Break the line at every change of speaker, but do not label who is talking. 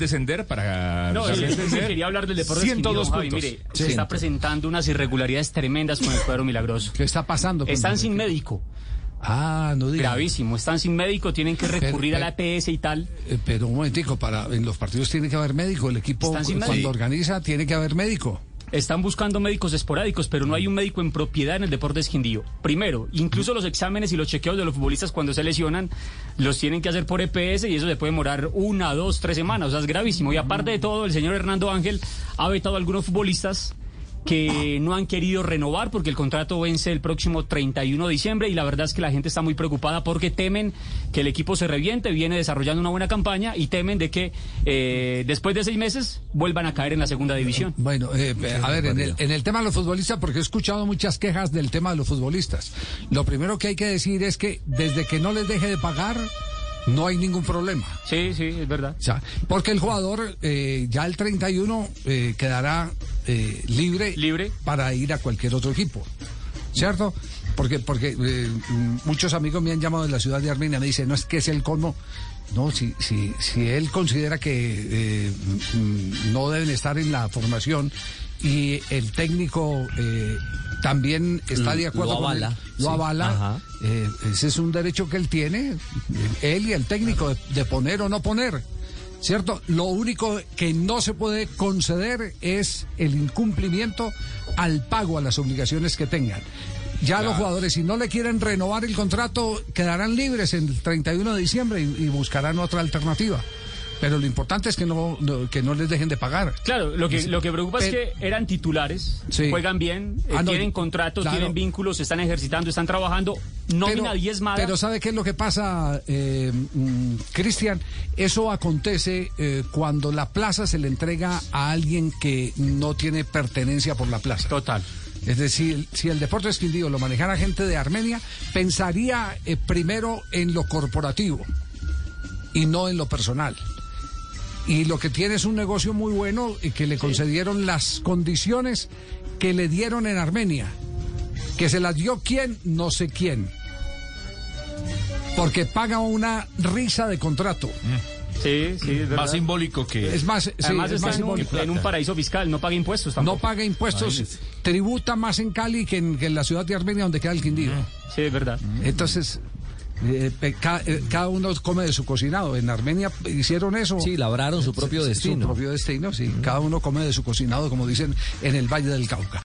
descender para...
No,
saber
es- es-
descender.
quería hablar del deporte
102 puntos.
mire, se está presentando unas irregularidades tremendas con el cuadro milagroso.
¿Qué está pasando? con-
Están sin médico,
Ah, no diga.
gravísimo. Están sin médico, tienen que recurrir a la APS y tal.
Eh, Pero un momentico, para, en los partidos tiene que haber médico. El equipo
Están sin
cuando
médico.
organiza tiene que haber médico.
Están buscando médicos esporádicos, pero no hay un médico en propiedad en el Deportes Quindío. Primero, incluso los exámenes y los chequeos de los futbolistas cuando se lesionan los tienen que hacer por EPS y eso se puede demorar una, dos, tres semanas. O sea, es gravísimo. Y aparte de todo, el señor Hernando Ángel ha vetado a algunos futbolistas que no han querido renovar porque el contrato vence el próximo 31 de diciembre y la verdad es que la gente está muy preocupada porque temen que el equipo se reviente, viene desarrollando una buena campaña y temen de que eh, después de seis meses vuelvan a caer en la segunda división.
Bueno, eh, eh, a ver, en el, en el tema de los futbolistas, porque he escuchado muchas quejas del tema de los futbolistas. Lo primero que hay que decir es que desde que no les deje de pagar, no hay ningún problema.
Sí, sí, es verdad.
O sea, porque el jugador eh, ya el 31 eh, quedará eh, libre,
Libre.
para ir a cualquier otro equipo, ¿cierto? Porque, porque eh, mm, muchos amigos me han llamado de la ciudad de Armenia, me dicen, no es que es el colmo. No, si, si, si él considera que eh, mm, no deben estar en la formación y el técnico eh, también está de
Lo-
acuerdo
lo
con él,
avala,
lo
sí.
avala,
Ajá.
eh, ese es un derecho que él tiene, eh, él y el técnico, de, de poner o no poner. ¿Cierto? Lo único que no se puede conceder es el incumplimiento al pago a las obligaciones que tengan. Ya los jugadores, si no le quieren renovar el contrato, quedarán libres en el 31 de diciembre y, y buscarán otra alternativa. Pero lo importante es que no, no- que no les dejen de pagar.
Claro, lo que, lo que preocupa es
Pero-
que eran titulares,
Eh, Sí.
juegan bien, eh,
Ah, no,
tienen contratos,
claro.
tienen vínculos, están ejercitando, están trabajando, nómina diezmada.
pero ¿sabe qué es lo que pasa, eh, mm, Cristian? Eso acontece eh, cuando la plaza se le entrega a alguien que no tiene pertenencia por la plaza.
Total.
Es decir, si el deporte esquindío lo manejara gente de Armenia, pensaría eh, primero en lo corporativo y no en lo personal. Y lo que tiene es un negocio muy bueno y que le concedieron las condiciones que le dieron en Armenia. Que se las dio quién, no sé quién. Porque paga una risa de contrato.
Sí, sí, es verdad.
Más simbólico que...
Es más, sí,
Mm. Además
es
está
más
en un,
simbólico.
en un paraíso fiscal, no paga impuestos tampoco.
No paga impuestos, tributa más en Cali que en, que en la ciudad de Armenia donde queda el Quindío.
Sí, es verdad.
Entonces, eh, pe- ca- eh, cada uno come de su cocinado. En Armenia hicieron eso.
Sí, labraron su propio
Su
destino.
propio destino, sí. Cada uno come de su cocinado, como dicen en el Valle del Cauca.